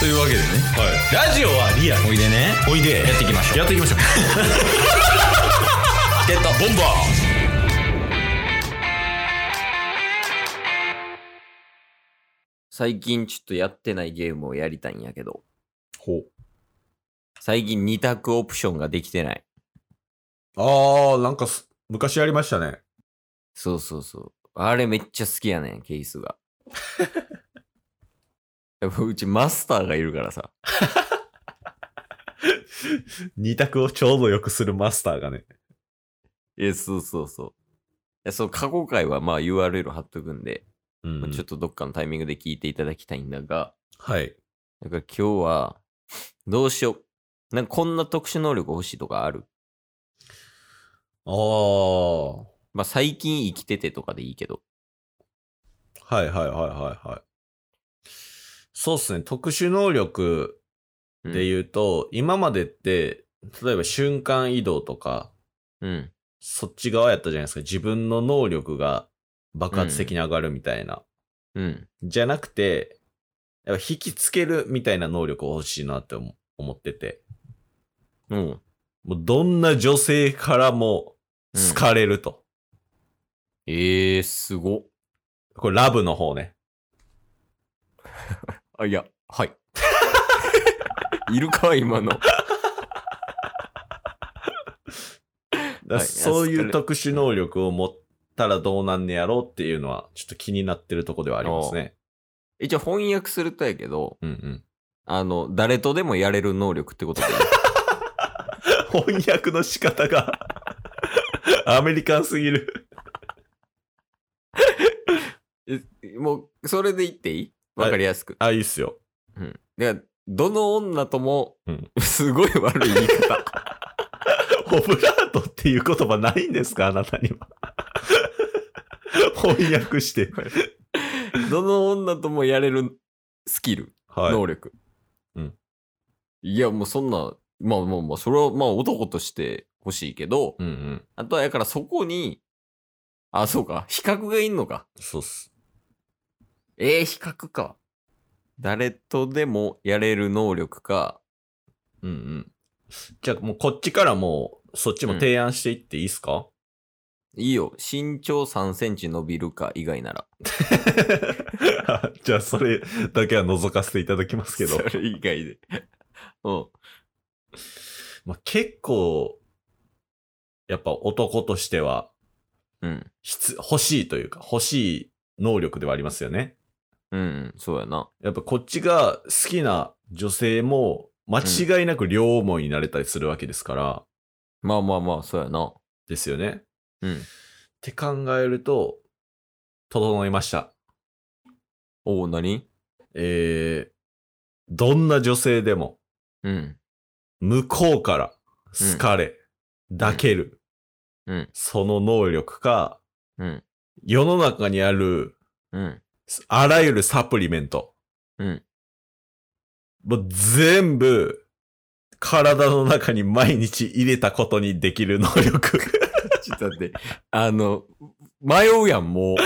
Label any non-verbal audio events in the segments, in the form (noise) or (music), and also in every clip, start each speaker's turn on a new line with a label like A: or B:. A: というわけでね、ラジオはリアおいでね
B: おいで
A: やっていきましょう
B: やっていきましょう
A: ゲットボンバ
C: 最近ちょっとやってないゲームをやりたいんやけど、
B: ほう
C: 最近2択オプションができてない。
B: あーなんかす昔やりましたね
C: そうそうそう。あれめっちゃ好きやねん、ケースが。 (laughs) やっぱうちマスターがいるからさ。
B: 二択をちょうどよくするマスターがね
C: え、そうそうそう。いや、その過去回はまあ URL 貼っとくんで、
B: うん、
C: まあちょっとどっかのタイミングで聞いていただきたいんだが、
B: はい
C: だから今日は、どうしよう。なんかこんな特殊能力欲しいとかある
B: ああは
C: まあ最近生きててとかでいいけど。
B: いはいはいはいはいそうっすね特殊能力
C: うん
B: で言うと、今までって例えば瞬間移動とか
C: うん。
B: そっち側やったじゃないですか自分の能力が爆発的に上がるみたいな、
C: うん。
B: じゃなくて、やっぱ引きつけるみたいな能力を欲しいなって思思ってて。
C: うん。
B: もうどんな女性からも好かれると。
C: ええー、すごっ。
B: これラブの方ね。
C: あ、いや、はい。 (laughs) いるか、今の。
B: だ
C: はい
B: そう
C: いや
B: い
C: 好か
B: う
C: れ
B: 特殊能力を持ったらどうなんねやろうっていうのはちょっと気になってるとこではありますね。
C: 一応翻訳するとやけど、
B: うんうん。
C: あの、誰とでもやれる能力ってことで。
B: 翻訳の仕方がアメリカンすぎる。
C: え (laughs) もう、それで言っていいわかりやすく。
B: あ、いいっすよ。
C: うん。で、どの女とも、
B: うん
C: すごい悪い言い
B: (laughs)
C: 方。
B: オブラートっていう言葉ないんですかあなたには。翻訳して。
C: どの女ともやれるスキル、
B: はい。
C: 能力。
B: うん。
C: いや、もうそんな、まあまあまあ、それはまあ男として欲しいけど、
B: うんうん。
C: あとは、やからそこに、あ、そうか、比較がいんのか。
B: そうっす。
C: えー、比較か。誰とでもやれる能力か。
B: うんうん。じゃあもうこっちからもうそっちも提案していっていいですか、
C: いいよ。身長3センチ伸びるか以外なら。
B: (laughs) じゃあそれだけは覗かせていただきますけど
C: そ。れ以外で。 (laughs) うん。
B: まあ、結構、やっぱ男としては
C: うん。
B: 必、欲しいというか、欲しい能力ではありますよね。
C: うん、うん。そうやな。
B: やっぱこっちが好きな女性も間違いなく両思いになれたりするわけですから、
C: まあまあまあ、そうやな。
B: ですよね。
C: うん。
B: って考えると、整いました。
C: おお、何
B: えー、どんな女性でも、
C: うん。
B: 向こうから好かれ、抱ける、
C: うん
B: その能力か、
C: うん。
B: 世の中にある、
C: うん。
B: あらゆるサプリメント。
C: うん
B: もう全部、体の中に毎日入れたことにできる能力。
C: ちょっと待って。あの、迷うやん、も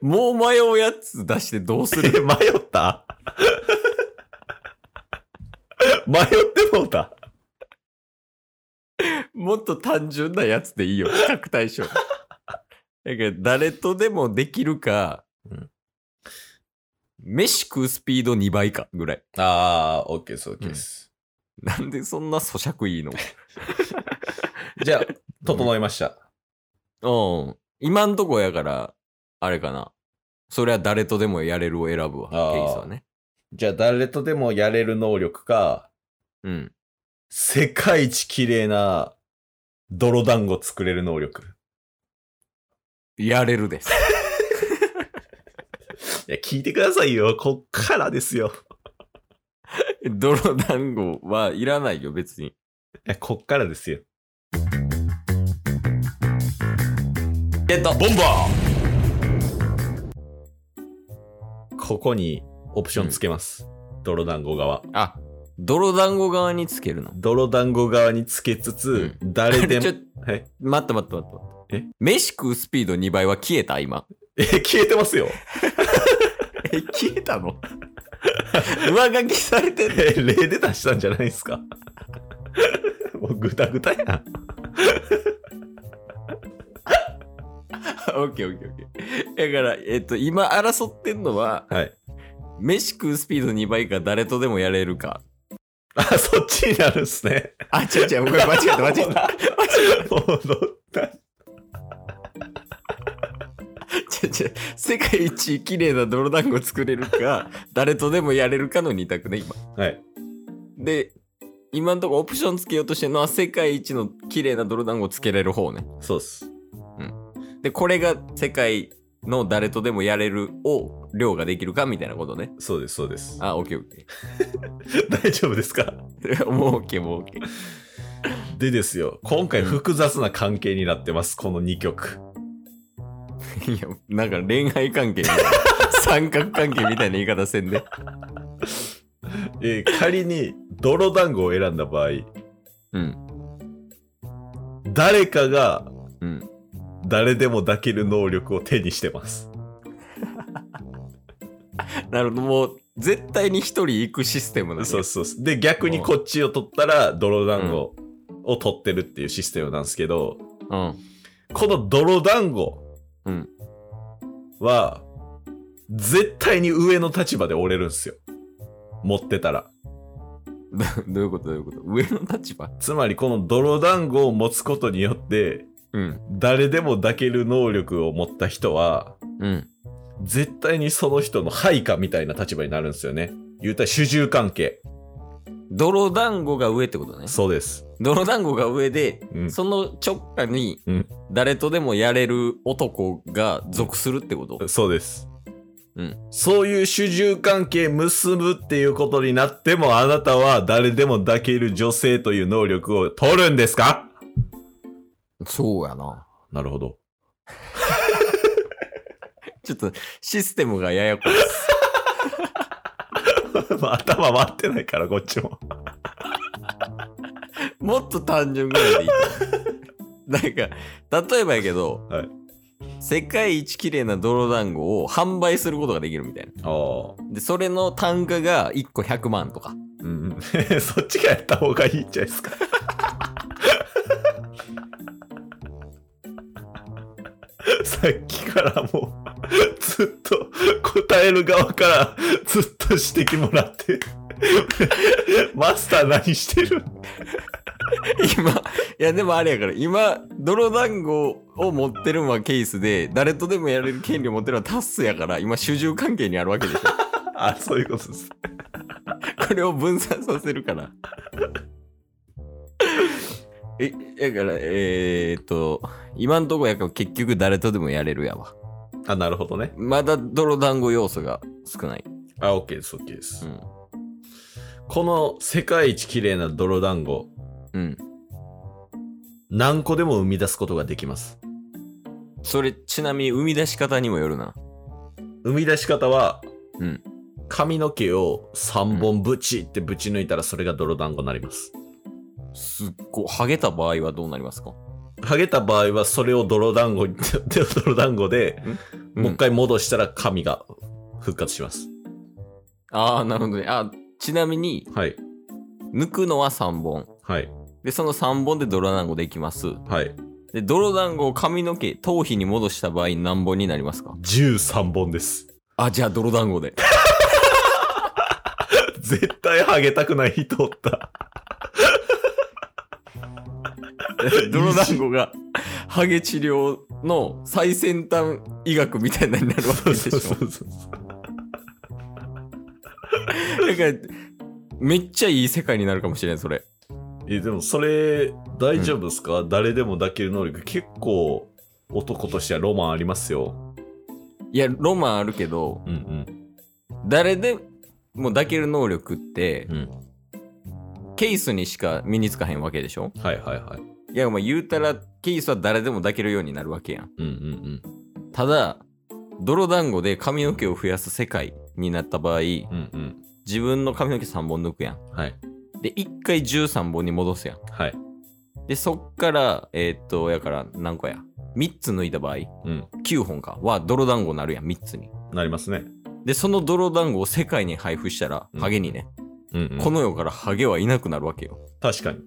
C: う。 (laughs) もう迷うやつ出してどうす
B: (laughs) え、迷
C: る (laughs)
B: った迷ってもうた。
C: もっと単純なやつでいい (laughs) よ、比較対象。だけど、誰とでもできるか、
B: うん
C: 飯食うスピード2倍かぐらい。
B: あー、オッケーです、オッ。
C: ケーですなんでそんな咀嚼い (laughs) いの
B: じゃあ、整いました。
C: うん。今んとこやから、あれかな。それは誰とでもやれるを選ぶわ、ケ
B: あー
C: ースはね。
B: じゃあ、誰とでもやれる能力か、
C: うん。
B: 世界一綺麗な泥団子作れる能力。
C: やれるです。
B: いや、聞いてくださいよ。こっからですよ。
C: (laughs) 泥団子はいらないよ、別に。
B: いや、こっからですよ。
C: えっと、ボンバ
B: ここにオプションつけます。泥団子側。
C: ーあ、泥団子側につけるの。
B: 泥団子側につけつつ、誰で (laughs)
C: (laughs) ちょ
B: も、はい。
C: 待って待って待って待って。
B: え
C: 飯食うスピード2倍は消えた今。
B: え、消えてますよ。
C: え、消えたの (laughs) 上書きされてんの
B: え、例で出したんじゃないですか (laughs) もうぐたぐたやん。
C: オッケーオッケーオッケー。だから、えっと、今争ってんのは、
B: はい。
C: 飯食うスピード2倍か誰とでもやれるか。
B: あ、そっちになるんすね。 (laughs)
C: あ、違う違う、これ間違った間 (laughs) 違った。
B: もうど
C: 違う違う。世界一綺麗な泥団子作れるか、誰とでもやれるかの2択ね、今。
B: はい。
C: で、今んとこオプションつけようとしてるのは世界一の綺麗な泥団子つけれる方ね。
B: そうっす。
C: で、これが世界の誰とでもやれるを、量ができるかみたいなことね。
B: そうです、そうです。
C: あ、オッケーオッケ
B: 大丈夫ですか
C: (laughs) ー。もうオッケーもうオッケー。
B: でですよ、今回複雑な関係になってます、この2曲。
C: いや、なんか恋愛関係みたい (laughs) な三角関係みたいな言い方せんで。
B: えー仮に泥団子を選んだ場合、
C: うん。
B: 誰かが
C: うん。
B: 誰でも抱ける能力を手にしてます。
C: なるほど。もう、絶対に一人行くシステムなんだ
B: そうそうそう。で、逆にこっちを取ったら泥団子を取ってるっていうシステムなんですけど、
C: うん。
B: この泥団子
C: うん
B: は、絶対に上の立場で折れるんですよ。持ってたら。
C: どどういうことどういうこと上の立場
B: つまりこの泥団子を持つことによって、
C: うん。
B: 誰でも抱ける能力を持った人は、
C: うん。
B: 絶対にその人の配下みたいな立場になるんですよね。言うたら主従関係。
C: 泥団子が上ってことね。
B: そうです。
C: 泥団子が上で、
B: うん
C: その直下に
B: うん
C: 誰とでもやれる男が属するってこと、
B: そうです。
C: うん
B: そういう主従関係結ぶっていうことになってもあなたは誰でも抱ける女性という能力を取るんですか
C: そうやな。
B: なるほ (laughs) ど。
C: ちょっとシステムがややこしい。
B: 頭回ってないからこっちも。
C: もっと単純ぐらいでいいと思う。なんか、例えばやけど、
B: はい
C: 世界一綺麗な泥団子を販売することができるみたいな。
B: ああ。
C: で、それの単価が1個100万とか。 (laughs)
B: うん。 (laughs) そっちがやった方がいいんじゃないですか。 (laughs) さっきからもう、ずっと答える側からずっと指摘もらって。 (laughs) マスター何してる
C: 今、いやでもあれやから、今、泥団子を持ってるのはケースで、誰とでもやれる権利を持ってるのはタッスやから、今、主従関係にあるわけでしょ。 (laughs)
B: あ、そういうことです。
C: これを分散させるから。 (laughs) え、やから、えー、っと、今んとこやから結局誰とでもやれるやわ。
B: あ、なるほどね。
C: まだ泥団子要素が少ない。
B: あ、OK です、OK です。
C: うん。
B: この世界一綺麗な泥団子、
C: うん。
B: 何個でも生み出すことができます。
C: それ、ちなみに生み出し方にもよるな。
B: 生み出し方は、
C: うん
B: 髪の毛を3本ブチってぶち抜いたらそれが泥団子になります。
C: すっごい、ハゲた場合はどうなりますか
B: ハゲた場合はそれを泥団子に、 (laughs) 泥団子で、もう一
C: 回。
B: 回戻したら髪が復活します。
C: ああ、なるほどね。あ、ちなみに、
B: はい。
C: 抜くのは3本。
B: はい。
C: で、その3本で泥団子できます。
B: はい。
C: で、泥団子を髪の毛、頭皮に戻した場合何本になりますか
B: 13本です。 (laughs)
C: あ、じゃあ泥団子で。
B: 絶対ハゲたくない人おっ
C: (laughs)
B: た。
C: 泥団子が、ハゲ治療の最先端医学みたいなになるわけ
B: そう
C: でし
B: そうそ
C: ょ。
B: うそう。
C: だから、めっちゃいい世界になるかもしれん、それ。
B: え、でもそれ大丈夫ですか、誰でも抱ける能力結構男としてはロマンありますよ。
C: いや、ロマンあるけど、
B: うん
C: 誰でも抱ける能力って
B: う、ん。う
C: ケースにしか身につかへんわけでしょ
B: ん。はいはいはい。
C: いや、まあ言うたら、ケースは誰でも抱けるようになるわけやん。
B: うんうん
C: ただ、泥団子で髪の毛を増やす世界になった場合、
B: うん。うんうん。
C: 自分の髪の毛3本抜くやん。
B: はい。
C: で、1回13本に戻すやん。
B: はい。
C: で、そっから、えーっと、やから何個や ?3 つ抜いた場合、
B: うん。
C: 9本かは泥団子になるやん、3つに。
B: なりますね。
C: で、その泥団子を世界に配布したら、
B: うん
C: ハゲにね、
B: うんうん
C: この世からハゲはいなくなるわけよ。
B: 確かに。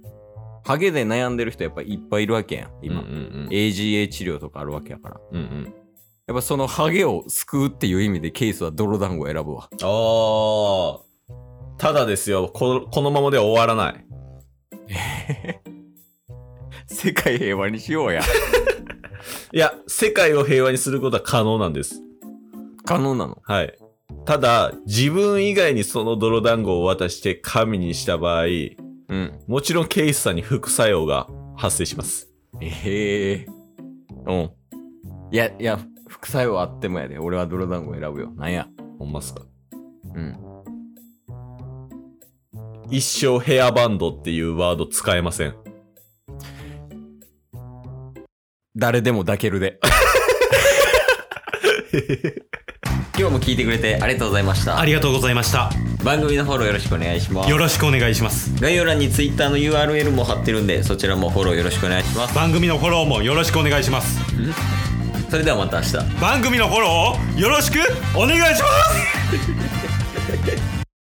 C: ハゲで悩んでる人やっぱいっぱいいるわけやん、今。
B: うんうんうん
C: AGA 治療とかあるわけやから。
B: うんうん、
C: やっぱそのハゲを救うっていう意味でケイスは泥団子を選ぶわ。 (laughs)
B: ああ。ただですよこ、このままでは終わらない。
C: 世界平和にしようや。 (laughs)
B: いや、世界を平和にすることは可能なんです。
C: 可能なの。
B: はい。ただ、自分以外にその泥団子を渡して神にした場合、
C: うん。
B: もちろんケイスさんに副作用が発生します。
C: ええうん。いや、いや、副作用あってもやで。俺は泥団子を選ぶよ。なんや。
B: ほんますか
C: うん。
B: 一生ヘアバンドっていうワード使えません。
C: 誰でも抱けるで。今日も聞いてくれてありがとうございました。
A: ありがとうございました
C: 番組のフォローよろしくお願いします
A: よ。ろしくお願いします
C: 概要欄に Twitter の URL も貼ってるんで、そちらもフォローよろしくお願いします。
A: 番組のフォローもよろしくお願いします
C: それではまた明日。
A: 番組のフォローをよろしくお願いします